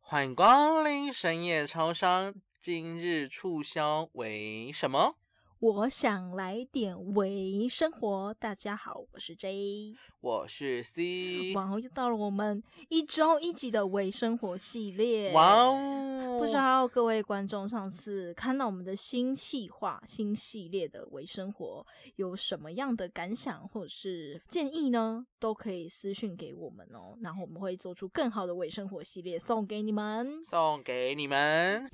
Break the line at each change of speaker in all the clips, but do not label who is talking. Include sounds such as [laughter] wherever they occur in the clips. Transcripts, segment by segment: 欢迎光临深夜超商，今日促销为什么？
我想来点微生活。大家好，我是 J。
我是 C。
哇哦，又到了我们一周一集的微生活系列。
哇！哦！
不知道各位观众上次看到我们的新企划、新系列的微生活有什么样的感想或者是建议呢？都可以私讯给我们哦，然后我们会做出更好的微生活系列送给你们。
送给你们。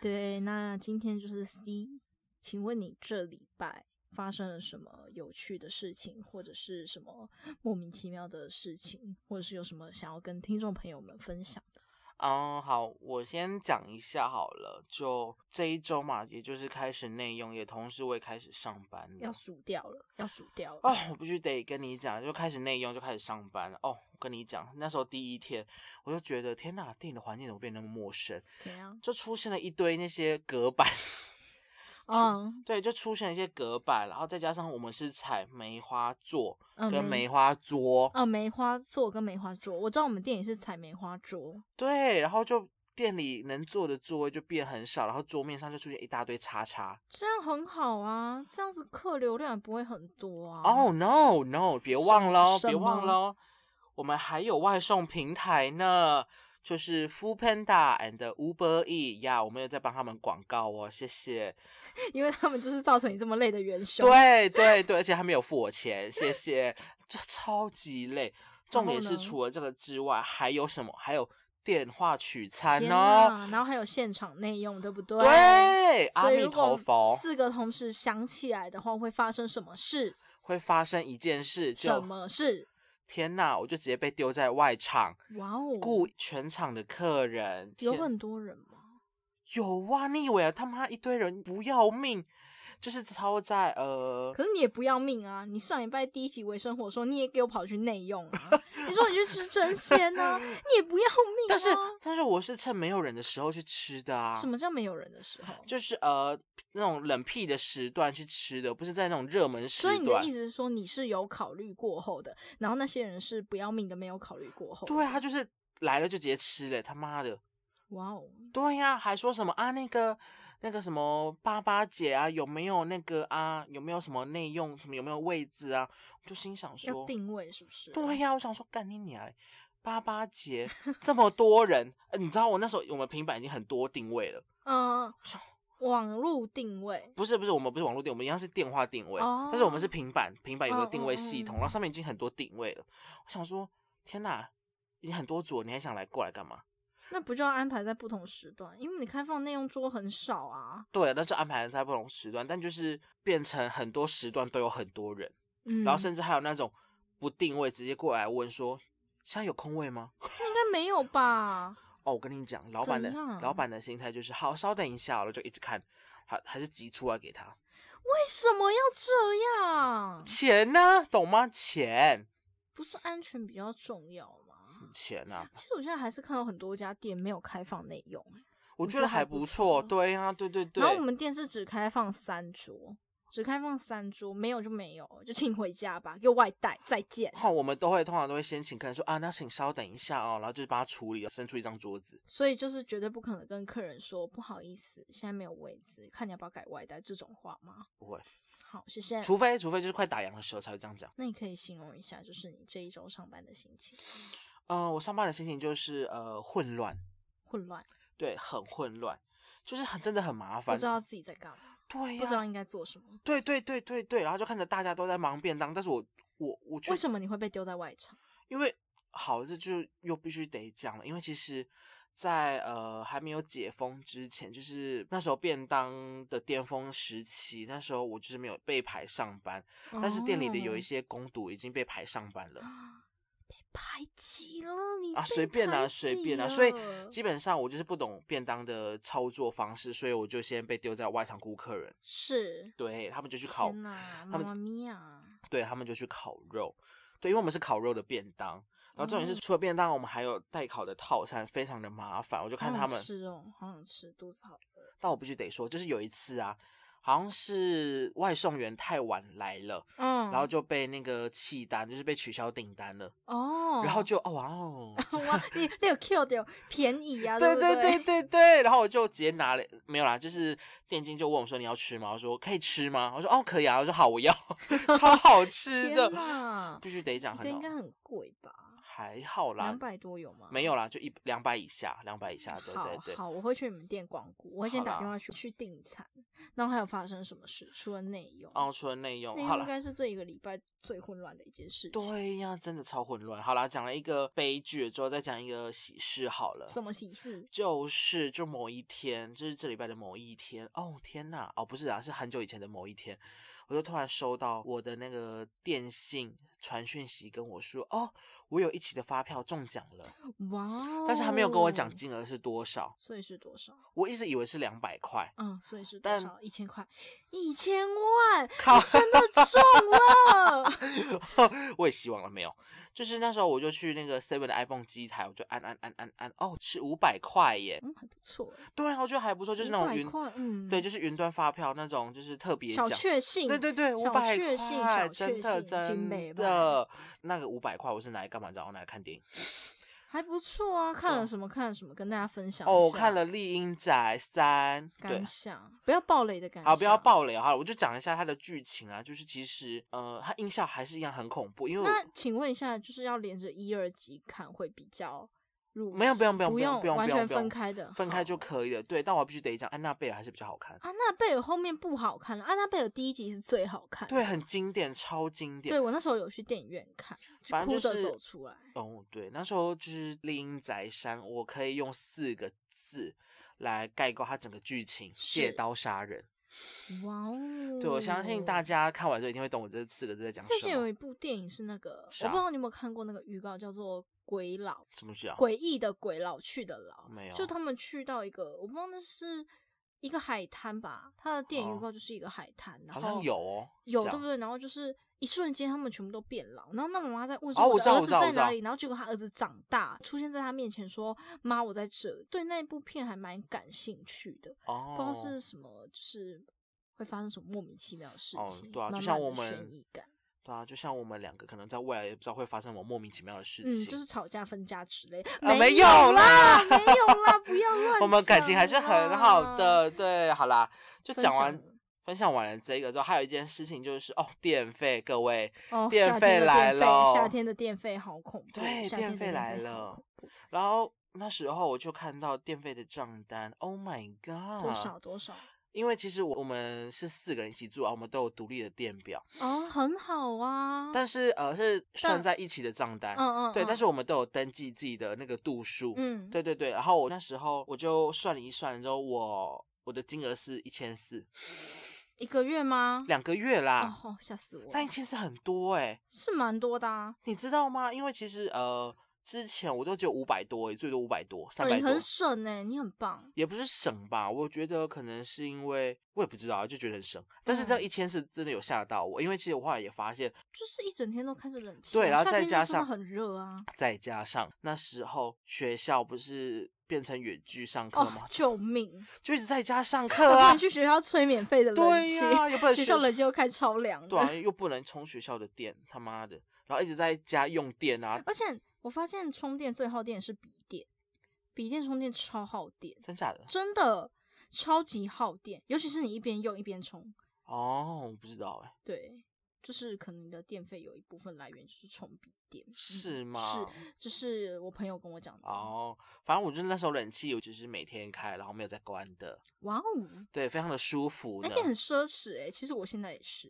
对，那今天就是 C，请问你这礼拜发生了什么有趣的事情，或者是什么莫名其妙的事情，或者是有什么想要跟听众朋友们分享的？
嗯，好，我先讲一下好了。就这一周嘛，也就是开始内用，也同时我也开始上班了。
要数掉了，要数掉了。
哦，我必须得跟你讲，就开始内用，就开始上班了。哦，我跟你讲，那时候第一天，我就觉得天哪，电影的环境怎么变得那么陌生？
怎样？
就出现了一堆那些隔板，
嗯
对，就出现了一些隔板，然后再加上我们是采梅花座
嗯，
跟梅花桌，
啊，梅花座跟梅花桌，我知道我们店也是采梅花桌，
对，然后就店里能坐的座位就变很少，然后桌面上就出现一大堆叉叉。
这样很好啊，这样子客流量也不会很多啊。
哦、no no，别
什
忘了哦，
什
别忘
么
了哦，我们还有外送平台呢。就是 Food Panda and Uber E 呀、我们有在帮他们广告哦，谢谢。
因为他们就是造成你这么累的元凶。
对啊对对，而且还没有付我钱，谢谢。这超级累，重点是
呢
除了这个之外，还有什么？还有电话取餐
天
哦。
呐，然后还有现场内用，对不对？
对，阿
所以
弥
如
陀
果
佛，
四个同时想起来的话，会发生什么事？
会发生一件事，
什
就
么事？
天哪，我就直接被丢在外场，
哇哦，
顾全场的客人。
有
天
很多人吗？
有哇、你以为啊，他妈一堆人不要命，就是超在呃，
可是你也不要命啊！你上礼拜第一集微生活说你也给我跑去内用啊！ [laughs] 你说你去吃真鲜呢、你也不要命、啊。
但是但是我是趁没有人的时候去吃的啊
什。么叫没有人的时候？
就是呃那种冷僻的时段去吃的，不是在那种热门时
所以你的
段
意。思是说你是有考虑过后的，然后那些人是不要命的，没有考虑过后。
对，他啊就是来了就直接吃了，他妈的！
哇哦，
对呀、还说什么啊那个那个什么八八姐啊，有没有那个啊，有没有什么内用，什么有没有位置啊？我就心想
要
说，
定啊位是不是？
对呀、我想说干你娘嘞！八八节
[laughs]
这么多人、呃你知道我那时候我们平板已经很多定位了，
嗯、
想
网络定位，
不是不是，我们不是网络定位，我们一样是电话定位，
哦
但是我们是平板，平板有个
嗯
定位系统，
嗯嗯
然后上面已经很多定位了。我想说，天哪，已经很多组了，你还想来过来干嘛？
那不就要安排在不同时段？因为你开放内用桌很少啊。
对，那就安排在不同时段，但就是变成很多时段都有很多人，
嗯，
然后甚至还有那种不定位直接过来问说，现在有空位吗？
应该没有吧？
哦，我跟你讲，老板的
怎样
老板的心态就是，好，稍等一下哦，然后就一直看，还还是挤出来给他
为什么要这样？
钱呢、懂吗？钱
不是安全比较重要吗？
钱啊，
其实我现在还是看到很多家店没有开放内用、欸
我
我
觉
觉
得
得
还
还
不
不
错，
错
对啊，对对对。
然后我们店是只开放三桌，只开放三桌，没有就没有，就请回家吧，给我外带，再见。
好，我们都会通常都会先请客人说啊，那请稍等一下哦，然后就是帮他处理，伸出一张桌子。
所以就是绝对不可能跟客人说不好意思，现在没有位置，看你要不要改外带这种话吗？
不会，
好，谢谢。
除非除非就是快打烊的时候才会这样讲。
那你可以形容一下，就是你这一周上班的心情，
呃，我上班的心情就是呃混乱，
混乱，
对，很混乱，就是很真的很麻
不
烦
知。道自己在干嘛，
对
不
呀、
知道应该做什么。
对对对对对，然后就看着大家都在忙便当，但是我我我却
为什么你会被丢在外场？
因为好，这就又必须得讲了，因为其实在，呃还没有解封之前，就是那时候便当的巅峰时期，那时候我就是没有被排上班，但是店里的有一
些
些工读已经被排上班了、
排挤了你
啊，
啊被
随便啊，
排
随
挤
便啊，所以
了
基本上我就是不懂便当的操作方式，所以我就先被丢在外场雇客人，
是
对他们就去烤
天哪，
他
妈
们
妈咪呀！
对他们就去烤肉，对，因为我们是烤肉的便当，然后重点是
哦
除了便当，我们还有代烤的套餐，非常的麻烦。我就看
好
他
想
们，
吃哦，好想吃，肚子好饿。
但我必须得说，就是有一次啊，好像是外送员太晚来了，
嗯，
然后就被那个弃单，就是被取消订单了，
哦，。
然后就哦哇哦
哇，你你有 Q 掉便宜呀、啊，
[laughs] 对
不
对
对
对对对，然后我就直接拿了，没有啦，就是店经就问我说你要吃吗？我说可以吃吗？我说哦可以啊，我说好
[laughs]
我要，超好吃
天
的，
哪
必须得讲
我觉
很好啊
得应该，很贵吧，
还好啦
两，百多有吗？
没有啦，就一两百以下，两百以下，对
好
对对，
好，我会去你们店光顾，我会先
好
打
啦
电话去去订餐。然后还有发生什么事？除了内用，
哦，除了内
内
用，好了
用应。该是这一个礼拜最混乱的一件事情。，
对呀，真的超混乱。好啦，讲了一个悲剧了之后，再讲一个喜事好了。
什么喜事？
就是就某一天，就是这礼拜的某一天，哦天呐，哦不是啊，是很久以前的某一天，我就突然收到我的那个电信传讯息跟我说，哦，我有一期的发票中奖了，
哇、哦！
但是他没有跟我讲，金额是多少，
所以是多少？
我一直以为是两百块， [laughs]
嗯，所以是多
但
少？一千块，一千万，
靠，
真的中了！
[laughs] 我也希望了没有，就是那时候我就去那个 seven 的 iPhone 机台，我就按按按按按，哦是五百块耶，
嗯，还不错欸，
对啊，我觉得还不错，就是那种
500
云，
块嗯，
对，就是云端发票那种，就是特别
小
奖。
确幸，
对对对，五
小
百
确幸，小
块，真
确
的
幸，金
真
美
的，那个五百块我是拿来干嘛？你知道我拿来看电影。
还不错啊。看
对
了什么？看了什么？跟大家分享一下。
哦，我看了《丽英宅三》，对
感，想，不要暴雷的感想。
好，不要。爆雷哈，我就讲一下它的剧情啊，就是其实呃，它音效还是一样很恐怖，因为
那
我
请问一下，就是要连着一二集看会比较入戏？
没有不用不用
不
不用不用
完
不用
全
不用
分开的，
分开就
好。
可以了。对，但我必须得讲，安娜贝尔还是比较好看，
安娜贝尔后面不好看了，安娜贝尔第一集是最好看的。
对，很经典，超经典
对。我那时候有去电影院看，就
反正
哭
就
着
是
走出来。
哦，对，那时候就是《丽英宅山》，我可以用四个字来概括它整个剧情：借
是
刀杀人。
哇哦！
对，我相信大家看完之后一定会懂我这四个字在讲
最
什
近有
么。
一部电影是那个，我
啥
不知道你有没有看过那个预告，叫做《鬼佬》，
什么剧啊？
诡异的鬼，老去的老。
没有
就他们去到一个，我不知道那是一个海滩吧，他的电影预告就是一个海滩，然
哦好
后
像有哦，
有
这
对
样
不对？然后就是一瞬间他们全部都变老，然后那妈妈在问
哦
说
我
的
知道
儿
我
子
知道我
在
知道
哪里，然后结果他儿子长大出现在他面前说妈我在这里，对那一部片还蛮感兴趣的，
哦，
不知道是什么，就是会发生什么莫名其妙的事
哦
情，
对啊就
满
像
满
我
的
们
悬疑感。
对啊，就像我们两个可能在未来也不知道会发生什么莫名其妙的事
嗯，
情，
就是吵架、分家之类。
啊没
有
有
啦
啦，
没有啦，不要乱。
[laughs]
啊
我们感情还是很好。的。对，好啦，就
分
讲完
享
分享完了这个之后，还有一件事情就是哦，电费，各位，
哦，
电
夏天的
费
电
来
费
了
夏天的电费好恐怖。
对
夏
电
天的
费
电
来
好
了
恐怖，
然后那时候我就看到电费的账单，Oh my god，
多少？多少？
因为其实我我们是四个人一起住啊，我们都有独立的电表，
哦，很好啊。
但是呃是算
但
在一起的账单，
嗯嗯，
对，
嗯
但是我们都有登记自己的那个度数，
嗯，
对对对，然后我那时候我就算了一算之后，我我的金额是一千四，
嗯一个月吗？
两个月啦，
哦，吓死我！
但一千四很多哎、
是蛮多的啊，
你知道吗？因为其实呃之前我都只有五百多而已，欸最多五百多，
哦
三百
你
多。
很省哎，你很棒。
也不是省吧，我觉得可能是因为我也不知道啊，就觉得很省。但是这
嗯
一千四真的有吓到我，因为其实我后来也发现，
就是一整天都开着冷气啊，
对然后
夏
再
天就
加
真的
上
很热啊，
再加上那时候学校不是变成远距上课
哦
吗，？
救命！
就一直在
[laughs]
家上
我
课
不
啊
能，去学校吹免费的冷
对
气，
呀、也不能
学
学
校冷气又开超凉的
对啊，又不能充学校的电，他妈的，然后一直在家用电啊，
而且我发现充电最耗电的是笔电，笔电充电超耗电，
真假的？
真的超级耗电，尤其是你一边用一边充，
哦，我不知道哎、
对，就是可能你的电费有一部分来源就是充笔电，嗯
是吗？
是，这是我朋友跟我讲的。
哦，反正我就是那时候冷气，我就是每天开，然后没有在关的，
哇哦！
对，非常的舒服
那
呢。
也很奢侈哎、其实我现在
[laughs]
也是，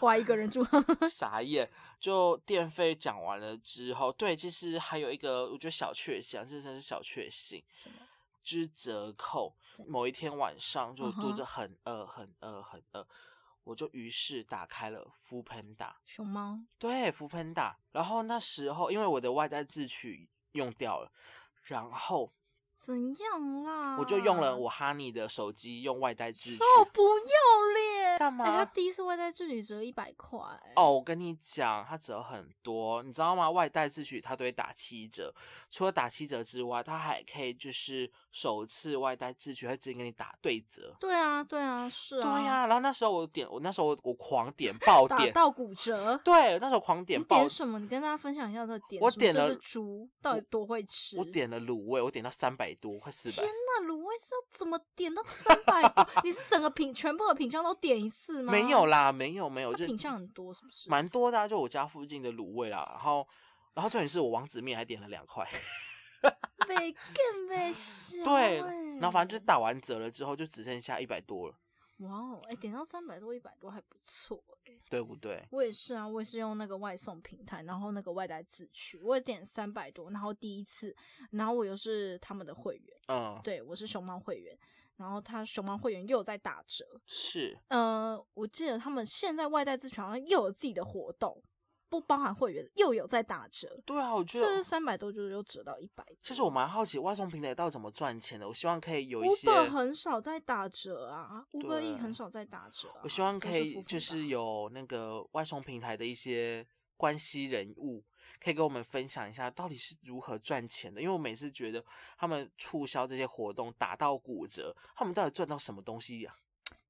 我还一个人住。 [laughs]
傻眼。就电费讲完了之后，对，其实还有一个我觉得小确幸啊，这真的是小确幸，
什么嗯
就是折扣。某一天晚上，就我肚子很饿，很饿，很饿，我就于是打开了 f o o Panda，
熊猫
对 f o o Panda。然后那时候因为我的外带自取用掉了。然后
怎样啦？
我就用了我哈尼的手机，用外带自取。
嗯哦，不要脸！
干
哎
嘛
他第一次外带这里折一百块。
哦，我跟你讲，它折很多，你知道吗？外带自取它都会打七折，除了打七折之外，它还可以就是首次外带自取，他直接给你打对折。
对啊，对啊，是
对
啊，
呀、然后那时候我点，我那时候我我狂点爆
打
点，
到骨折。
对，那时候狂点
你
爆
点什么？你跟大家分享一下这点什么。
我点
这
了
是猪，到底多会吃？
我点了卤味，我点到三百多，快四百
天。哪，卤味是要怎么点到三百多？ [laughs] 你是整个品全部的品相都点一次吗？
没有，啦，没有没有，
它
就
品相很多，是不是？
蛮多的、啊，就我家附近的卤味啦。然后，然后重点是我王子面还点了两块，
没更欸没事。
对。
嗯
然后反正就打完折了之后，就只剩下一百多了，
就哇哦，哎、点到三百多一百多还不错哎、
对不对？
我也是啊，我也是用那个外送平台，然后那个外带自取，我也点三百多，然后第一次，然后我又是他们的会员，
嗯，
对我是熊猫会员，然后他熊猫会员又有在打折，
是
呃，我记得他们现在外带自取好像又有自己的活动，不包含会员，又有在打折，
对啊，我觉
就是
得。
三百多就是又折到一百。
其实我蛮好奇外送平台到底怎么赚钱的，我希望可以有一些，
Uber 很少在打折啊，Uber
对
E 很少在打折、啊。
我希望
都
可
付
以
费
就
的啊
是有那个外送平台的一些关系人物，可以跟我们分享一下到底是如何赚钱的，因为我每次觉得他们促销这些活动打到骨折，他们到底赚到什么东西呀、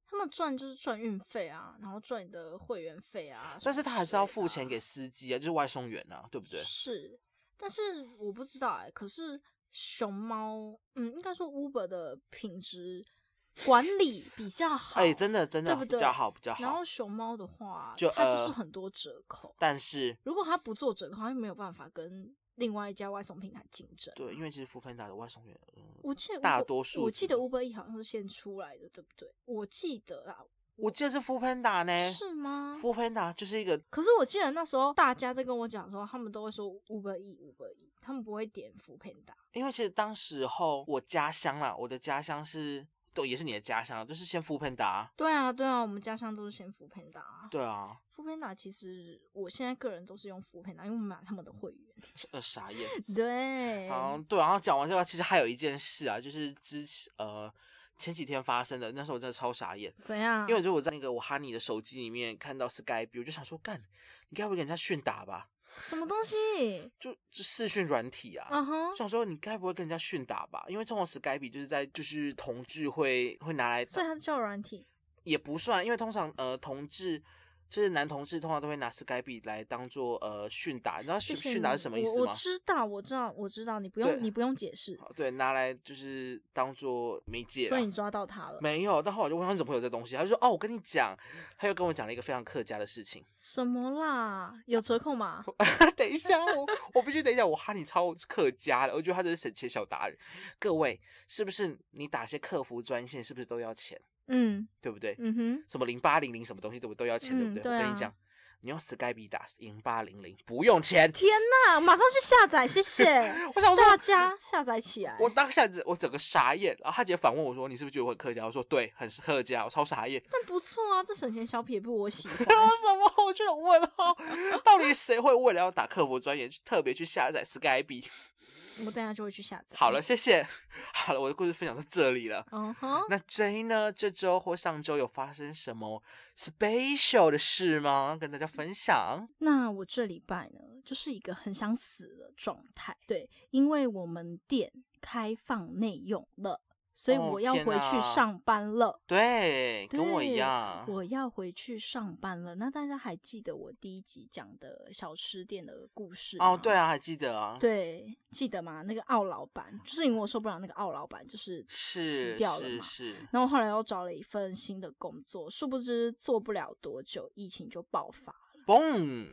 他们赚就是赚运费啊，然后赚你的会员费啊，
但
什
是他
么
还
之
是要
类的
付钱
啊
给司机啊，就是外送员啊，对不对？
是，但是我不知道哎、可是熊猫，嗯，应该说 Uber 的品质管理比较好，
哎、真的真的
对不
比
对
较好比较
然
好
后，熊猫的话，
就
它就是
呃
很多折扣。
但是
如果它不做折扣，它就没有办法跟另外一家外送平台竞争。
对，因为其实福芬达的外送员，嗯
我记得
大
Uber-
多数
我记
是
得 Uber E 好像是先出来的，对不对？我记得啊，
我记得是福芬达呢，
是吗？
福芬达就是一个
可是我记得那时候大家在跟我讲的时候，他们都会说 Uber E Uber E，他们不会点福片达。
因为其实当时候我家乡啦，我的家乡是都也是你的家乡，就是先富喷达。
对啊，对啊，我们家乡都是先福片达。
对啊，
福片达其实我现在个人都是用福片达，因为我买他们的会员。 [laughs]
呃，傻眼。
对，
好，对，然后讲完这个，其实还有一件事啊，就是之前呃前几天发生的，那时候我真的超傻眼，
怎样？
因为就我在那个我哈尼的手机里面看到 Skype，我就想说，干，你该不会给人家训打吧？
什么东西？
就就视讯软体啊。
啊哈，
想说你该不会跟人家训打吧？因为这种 Skype 就是在就是同志会会拿来
所以它是叫软体。
也不算，因为通常呃同志就是男同志通常都会拿 Skype 来当做呃训打，你知道
谢
训
谢
训打
你
是什么意
我
思
我
吗？
知道，我知道，我知道，你不
对
用，你不用解释。
好对，拿来就是当做媒介
所
啦
以。你抓到它了？
没有，但后来我就问他你怎么会有这东西，他就说哦，我跟你讲，他又跟我讲了一个非常客家的事情。 [laughs]
什么啦？有折扣吗？
等一下，我我必须等一下，我哈你超客家的，我觉得他真是省钱小达人。各位，是不是你打些客服专线是不是都要钱，
嗯
对不对？
嗯哼，
什么零八零零什么东西都都要钱，对不
嗯
对？
对
我跟
啊
你讲，你用 Skype 打零八零零不用钱。
天哪！啊马上去下载，谢谢
[laughs] 我想说，
大家下载起来。
我当下子我整个傻眼，然后他直接反问我说：“你是不是觉得我很客家？”我说：“对，很是客家。”我超傻眼，
但不错啊，这省钱小撇步我喜
[laughs]
欢。
为什么？我就有问号，到底谁会为了要打客服专员，去特别去下载 Skype？
我等一下就会去下载。
好了，，谢谢。好了，我的故事分享到这里了。
嗯哼，
那 J 呢？这周或上周有发生什么 special 的事吗？跟大家分享。
那我这礼拜呢，就是一个很想死的状态。对，因为我们店开放内用了，所以
哦
我要
天
回去
哪
上班了。
对，跟我一
对
样。
我要回去上班了。那大家还记得我第一集讲的小吃店的故事
哦，
吗
对，啊，还记得啊。
对，记得吗？那个奥老板，就是因为我受不了那个奥老板，就是
是
死掉了
是
嘛。
是，
然后后来又找了一份新的工作，殊不知做不了多久，疫情就爆发了。
嘣，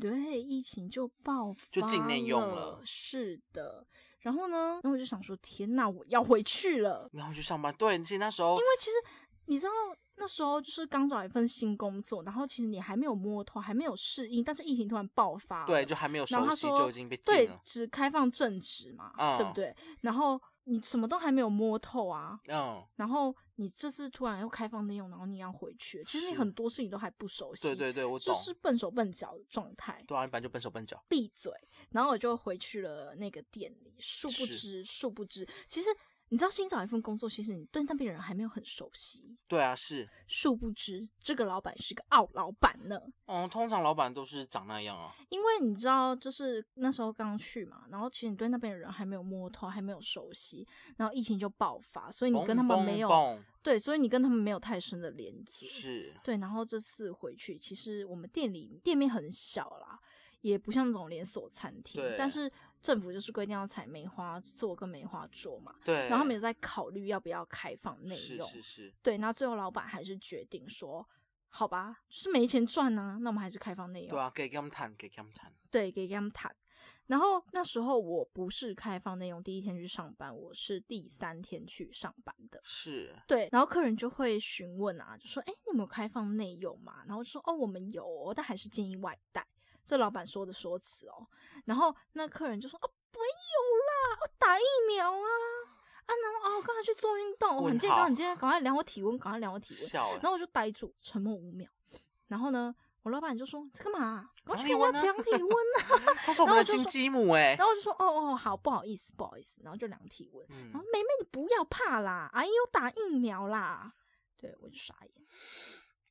对，疫情就爆发，
就境内用
了
了。
是的。然后呢，然后我就想说，天呐，我要回去了。
然后去上班。对，其实那时候
因为其实你知道那时候就是刚找一份新工作，然后其实你还没有摸透，还没有适应，但是疫情突然爆发了，
对，就还没有
然后
熟
他
悉
说
就已经被禁
对
了，。
只开放正职嘛，
嗯
对不对？然后你什么都还没有摸透啊，
嗯，
然后你这次突然又开放内用，然后你要回去，其实你
是
很多事情都还不熟悉，
对对对，我
就
懂。
是笨手笨脚的状态。
对啊，一般就笨手笨脚。
闭嘴！然后我就回去了那个店里，殊不
是
知，殊不知，其实你知道新找一份工作，其实你对那边的人还没有很熟悉，
对啊，是。
殊不知这个老板是个傲老板呢。
嗯，通常老板都是长那样啊。
因为你知道，就是那时候刚去嘛，然后其实你对那边的人还没有摸透，还没有熟悉，然后疫情就爆发，所以
哦
你跟他们没有
蹦蹦蹦
对，所以你跟他们没有太深的连接。
是，
对，然后这次回去，其实我们店里店面很小啦，也不像那种连锁餐厅
对，
但是政府就是规定要采梅花做跟梅花桌嘛，
对。
然后他们也在考虑要不要开放内
是
用。
是是，
对，那最后老板还是决定说，好吧，就是没钱赚啊，那我们还是开放内容，
对啊，给给他们谈，给给他们谈。
对给他们谈。然后那时候我不是开放内容第一天去上班，我是第三天去上班的。
是，
对，然后客人就会询问啊，就说：“哎，你们有开放内用吗？”然后就说：“哦，我们有哦，但还是建议外带。”这老板说的说辞哦。然后那客人就说：“哦，没有啦，我打疫苗啊啊，然后啊，我刚才去做运动，我
问
很健
号
康，很健康，赶快量我体温，赶快量我体温。”
笑欸
然后我就呆住，沉默五秒。然后呢，我老板就说：“这干嘛？赶快
量
去
体
给
温啊
我量体温啊！”
他是我
然
们的
后就
金
说
鸡母 [laughs] 哎、
然后我就说：“哦哦，好，不好意思，不好意思。”然后就量体温。然
嗯
后，说：“妹妹，你不要怕啦，阿姨有打疫苗啦。”对，我就傻眼。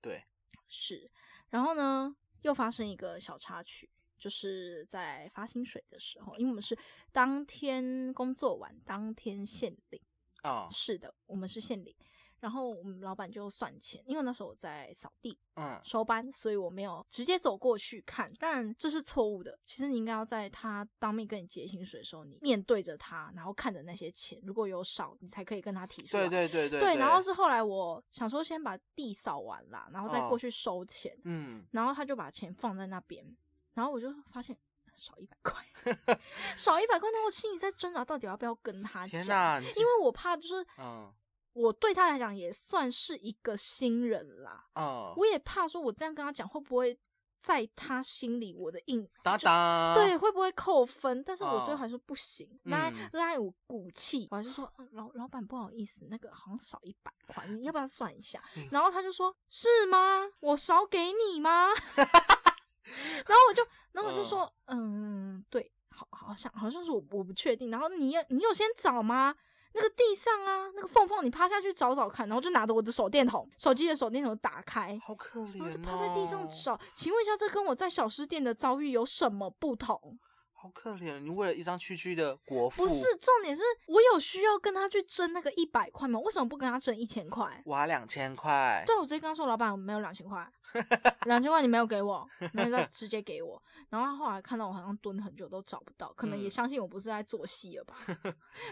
对，
是，然后呢，又发生一个小插曲，就是在发薪水的时候，因为我们是当天工作完，当天现领。
啊、
是的，我们是现领。然后我们老板就算钱，因为那时候我在扫地
嗯，
收班，所以我没有直接走过去看，但这是错误的。其实你应该要在他当面跟你结薪水的时候，你面对着他，然后看着那些钱，如果有少，你才可以跟他提出来。
对对对对
对，然后是后来我想说先把地扫完啦，然后再过
哦
去收钱，
嗯，
然后他就把钱放在那边，然后我就发现少一百
[laughs]
块，少一百块，那我心里在挣扎，啊到底要不要跟他
天
讲？
哪，你
因为我怕就是
嗯
我对他来讲也算是一个新人啦，
嗯，
我也怕说我这样跟他讲会不会在他心里我的印
打打，
对，会不会扣分？但是我
啊
最
哦
后还说不行，那
嗯
那有骨气，我还是说啊老老板不好意思，那个好像少一百块，你要不要算一下？
嗯
然后他就说是吗？我少给你吗？ [laughs] 然后我就，然后我就说，嗯，对，好，好像好像是我我不确定。然后你也你有先找吗？那个地上啊，那个缝缝，你趴下去找找看。然后就拿着我的手电筒，手机的手电筒打开，
好可怜、
然
哦，
后就趴在地上找。请问一下，这跟我在小吃店的遭遇有什么不同？
好可怜，你为了一张区区的国服，
不是，重点是我有需要跟他去争那个一百块吗？为什么不跟他争一千块？
我还两千块，
对，我直接跟他说，老板，我没有两千块，
[laughs]
两千块你没有给我，然后他直接给我。然后他后来看到我好像蹲很久都找不到，可能也
嗯
相信我不是在做戏
[laughs]
了吧。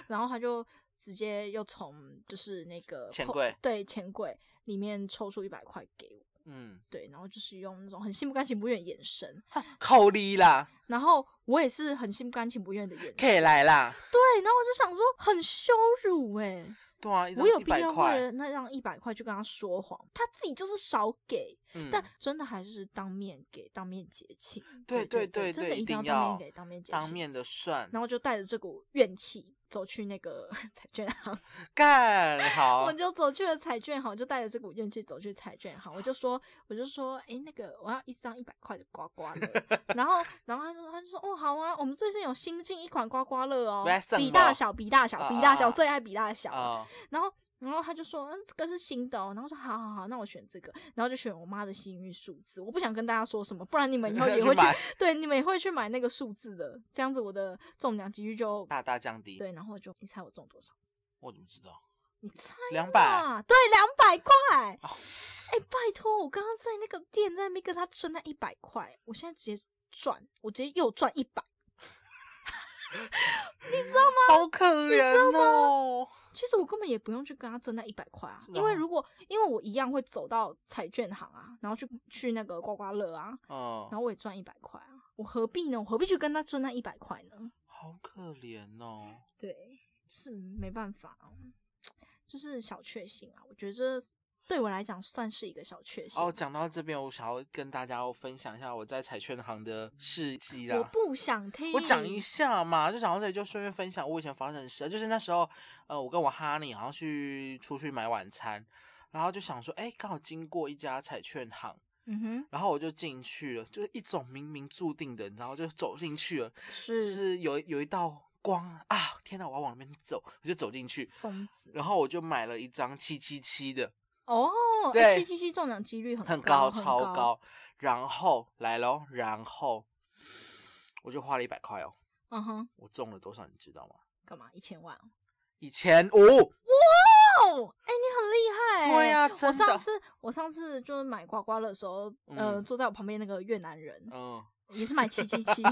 然后他就直接又从就是那个
钱
扣
柜
对钱柜里面抽出一百块给我，
嗯，
对，然后就是用那种很心不甘情不愿的眼神，
扣力啦，
然后我也是很心不甘情不愿的眼神，
可以来啦，
对，然后我就想说很羞辱哎、
对啊，一张
我有
一
必
百
要为
块，
了那让一百块去跟他说谎，他自己就是少给，
嗯，
但真的还是当面给，当面结清。
对
对
对对
真
对
的
一
一定
定要
当面给，当面结清。
当面的算，
然后就带着这股怨气走去那个 [laughs] 彩券行，
干好
我，就走去了彩券行，我就带着这股怨气走去彩券行，我就说，我就说，哎、那个我要一张一百块的刮
[laughs]
刮乐，然后，然后他就他就说，哦，好啊，我们最近有新进一款刮刮乐哦
不要，送
比
我
大小，比大小，比大
啊啊
小，
啊
最爱比大小了，
啊、
然后，然后他就说，嗯，这个是新的哦。然后我说，好好好，那我选这个。然后就选我妈的幸运数字。我不想跟大家说什么，不然你们
[laughs]
以后也
去
会去，
买
对，你们也会去买那个数字的。这样子我的中奖几率就
大大降低，
对。然后我就，你猜我中多少？
我怎么知道？
你猜
两百，
吧，对，两百块。
哦
哎、拜托，我刚刚在那个店在那边跟他争那一百块，我现在直接赚，我直接又赚一百。
好可怜哦，
其实我根本也不用去跟他争那一百块啊，
是
因为
啊
如果因为我一样会走到彩券行啊，然后去去那个刮刮乐啊，
嗯
然，后我也赚一百块啊，我何必呢？我何必去跟他争那一百块呢？
好可怜哦，
对，就是没办法啊，就是小确幸啊。我觉得这对我来讲算是一个小确幸。
哦，讲到这边，我想要跟大家分享一下我在彩券行的事迹啦。
我不想听。
我讲一下嘛，就讲到这里就顺便分享我以前发生的事啊，就是那时候，呃，我跟我哈尼然后去出去买晚餐，然后就想说，哎，刚好经过一家彩券行，
嗯哼，
然后我就进去了，就是一种冥冥注定的，然后就走进去了，
是
就是有有一道。光啊！天哪，我要往那边走，我就走进去，
疯子
然后我就买了一张七七七的，
哦，
对
七七七中奖几率很
很
高，很
超。高。然后来喽，然后我就花了一百块哦，
嗯哼，
我中了多少你知道吗？
干嘛一千万？
哦一千五。
哦，哎、你很厉害、
对呀、啊
呀、我
真
上
的。
次我上次就是买刮刮乐的时候，呃，
嗯
坐在我旁边那个越南人
嗯，
也是买七七
[laughs]
七，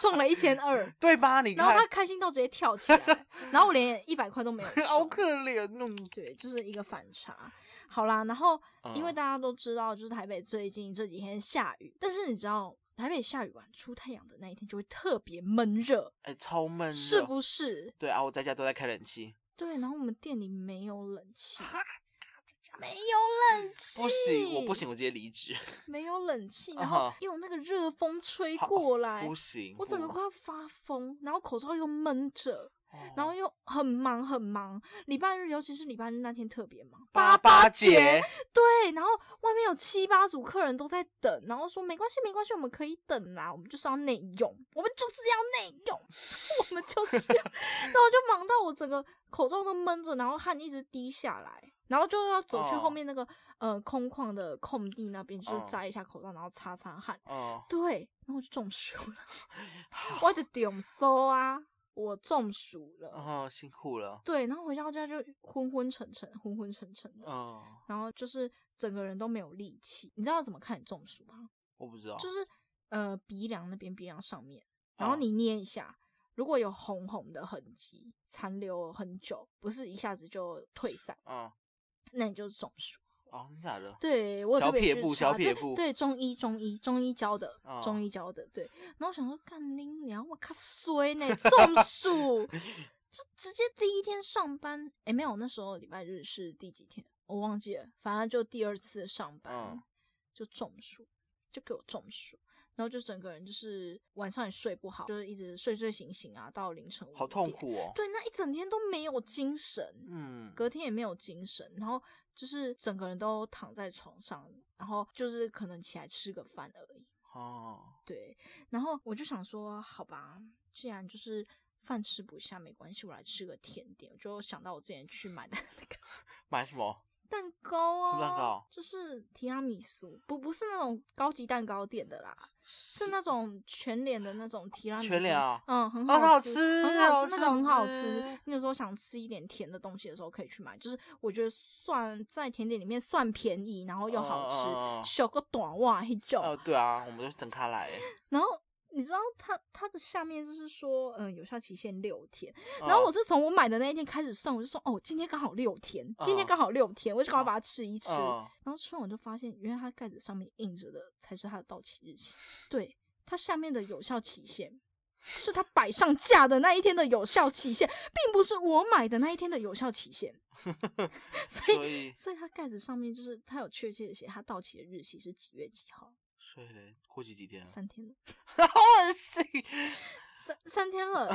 中了一千二。
对吧？你
然后他
看，
开心到直接跳起来，
[laughs]
然后我连一百块都没有中。
好可怜哦。
对，就是一个反差。好啦，然后因为
嗯
大家都知道，就是台北最近这几天下雨，但是你知道台北下雨完出太阳的那一天就会特别闷热，
哎、超闷
是
热
不是？
对啊，我在家都在开冷气，
对，然后我们店里没有冷气，没有冷气，
不行，我不，行，我直接离职， [laughs]
没有冷气，然
啊
后
哈
又有那个热风吹
好
过
[laughs]
来，
不行，
我整个
不
快要发疯，然后口罩又闷着，
哦
然后又很忙很忙，礼拜日尤其是礼拜日那天特别忙，
八八节，
对，然后外面有七八组客人都在等，然后说没关系，没关系，我们可以等啦，我们就是要内用，我们就是要内用， [laughs] 我们就是要，然后就忙到我整个口罩都闷着，然后汗一直滴下来，然后就要走去后
哦
面那个、呃空旷的空地那边，就是
哦
摘一下口罩，然后擦擦汗。
嗯，
对，然后我就中暑了，我的点收啊，我中暑了。
嗯，辛苦了，
对，然后回到家就昏昏沉沉，昏昏沉沉的。
嗯，
然后就是整个人都没有力气。你知道怎么看你中暑吗？
我不知道，
就是呃鼻梁那边，鼻梁上面，然后
嗯
你捏一下，如果有红红的痕迹残留很久，不是一下子就退散，
嗯，
那你就是中暑。
哦，真假的，
对我有
小
特别
撇
去
步
查
小撇
对
步
对中医中医中医教的，中
嗯
医教的对。然后我想说，干你娘，我靠衰呢，中
[laughs]
暑，这直接第一天上班，诶，没有，那时候礼拜日是第几天，我忘记了，反正就第二次上班、
嗯
就中暑，就给我中暑。然后就整个人就是晚上也睡不好，就是一直睡睡醒醒啊，到凌晨五
好痛
点。
苦哦，
对，那一整天都没有精神。
嗯，
隔天也没有精神，然后就是整个人都躺在床上，然后就是可能起来吃个饭而已。
哦，
对，然后我就想说，好吧，既然就是饭吃不下没关系，我来吃个甜点。我就想到我之前去买的 [laughs] 那个
买什么？
蛋糕啊，
什么蛋糕？
就是提拉米苏，不不是那种高级蛋糕店的啦，是那种全脸的那种提拉米苏。
全脸啊
嗯，很
很
好
好
吃，
吃
很好
好吃
那个很好
好
吃
吃。
你有时候想吃一点甜的东西的时候，可以去买，就是我觉得算在甜点里面算便宜，然后又
嗯嗯嗯
好
嗯
吃，小个短袜那种。
哦，对啊，我们都是整开来，
然后你知道它它的下面就是说，嗯，有效期限六天。然后我
嗯
是从我买的那一天开始算，我就说，哦，今天刚好六天，今天
嗯
刚好六天，我就赶快把它吃一吃。
嗯
然后吃完我就发现，原来它盖子上面印着的才是它的到期日期，对，它下面的有效期限。是它摆上架的那一天的有效期限，并不是我买的那一天的有效期限。所以，
所以
所以它盖子上面就是它有确切的写它到期的日期是几月几号，
所以嘞，过去几天了，
三天了， [laughs]
好恶心，
三三天了。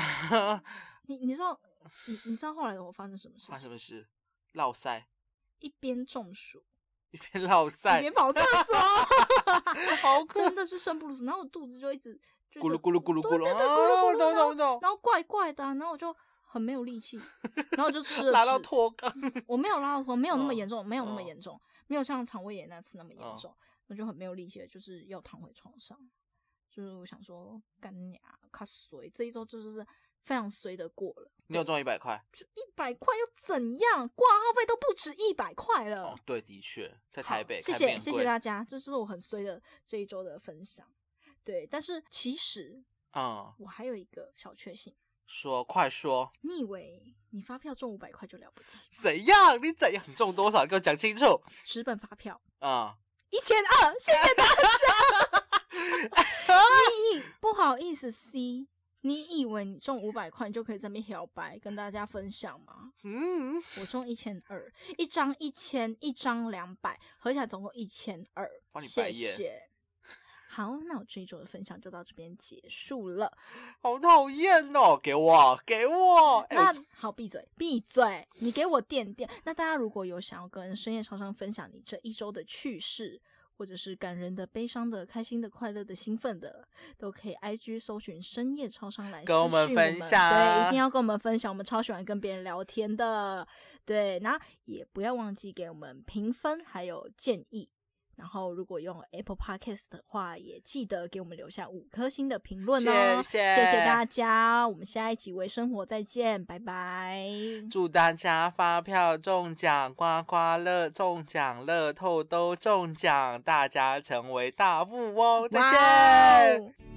[laughs]
你你知道你你知道后来我发生什么事
发生什
情？
么事？落塞，
一边中暑，
一边落
一
塞
边，跑厕所，
好可
真的是生不如死。然后我肚子就一直就
咕噜
一直
咕噜咕噜咕噜，
对对对，
啊
咕噜咕噜，
懂
然后
懂懂，
然后怪怪的啊、然后我就很没有力气，然后我就吃
[laughs]
了
拉到
止
脱肛，
[laughs] 我没有拉到头，没有那么
嗯
严重，没有那么
嗯
严重，没有像肠胃炎那次那么严
嗯
重，我就很没有力气了，就是要躺回床上。就是我想说，干娘，卡衰，这一周就是非常衰的过了，
你有中一百块？
就一百块又怎样？挂号费都不止一百块了。
哦，对，的确，在
嗯好，
台北
谢
看
谢
面
谢谢
柜
大家，这就是我很衰的这一周的分享。对，但是其实
嗯，
我还有一个小确幸，
说快说，
你以为你发票中五百块就了不起？
怎样？你怎样？你中多少？你给我讲清楚
纸本发票
啊！
一千二，谢谢大家。 [laughs] 你以不好意思，C，你以为你中五百块你就可以在那边摇摆跟大家分享吗？
嗯，
我中一千二，一张一千，一张两百，合起来总共一千二。
帮你白
谢
眼
谢。好，那我这一周的分享就到这边结束了。
好讨厌哦！给我，给我！哎
那
我
好，闭嘴，闭嘴！你给我垫垫。那大家如果有想要跟深夜超商分享你这一周的趣事，或者是感人的、悲伤的、开心的、快乐的、兴奋的，都可以 IG 搜寻深夜超商来
跟我
私讯
们
我
分享啊
对，一定要跟我们分享，我们超喜欢跟别人聊天的，对，然后也不要忘记给我们评分还有建议。然后，如果用 Apple Podcast 的话，也记得给我们留下五颗星的评论哦，
谢谢
谢谢大家，我们下一集为生活再见，拜拜。
祝大家发票中奖、刮刮乐中奖、乐透都中奖，大家成为大富翁！再
哇
见。
哦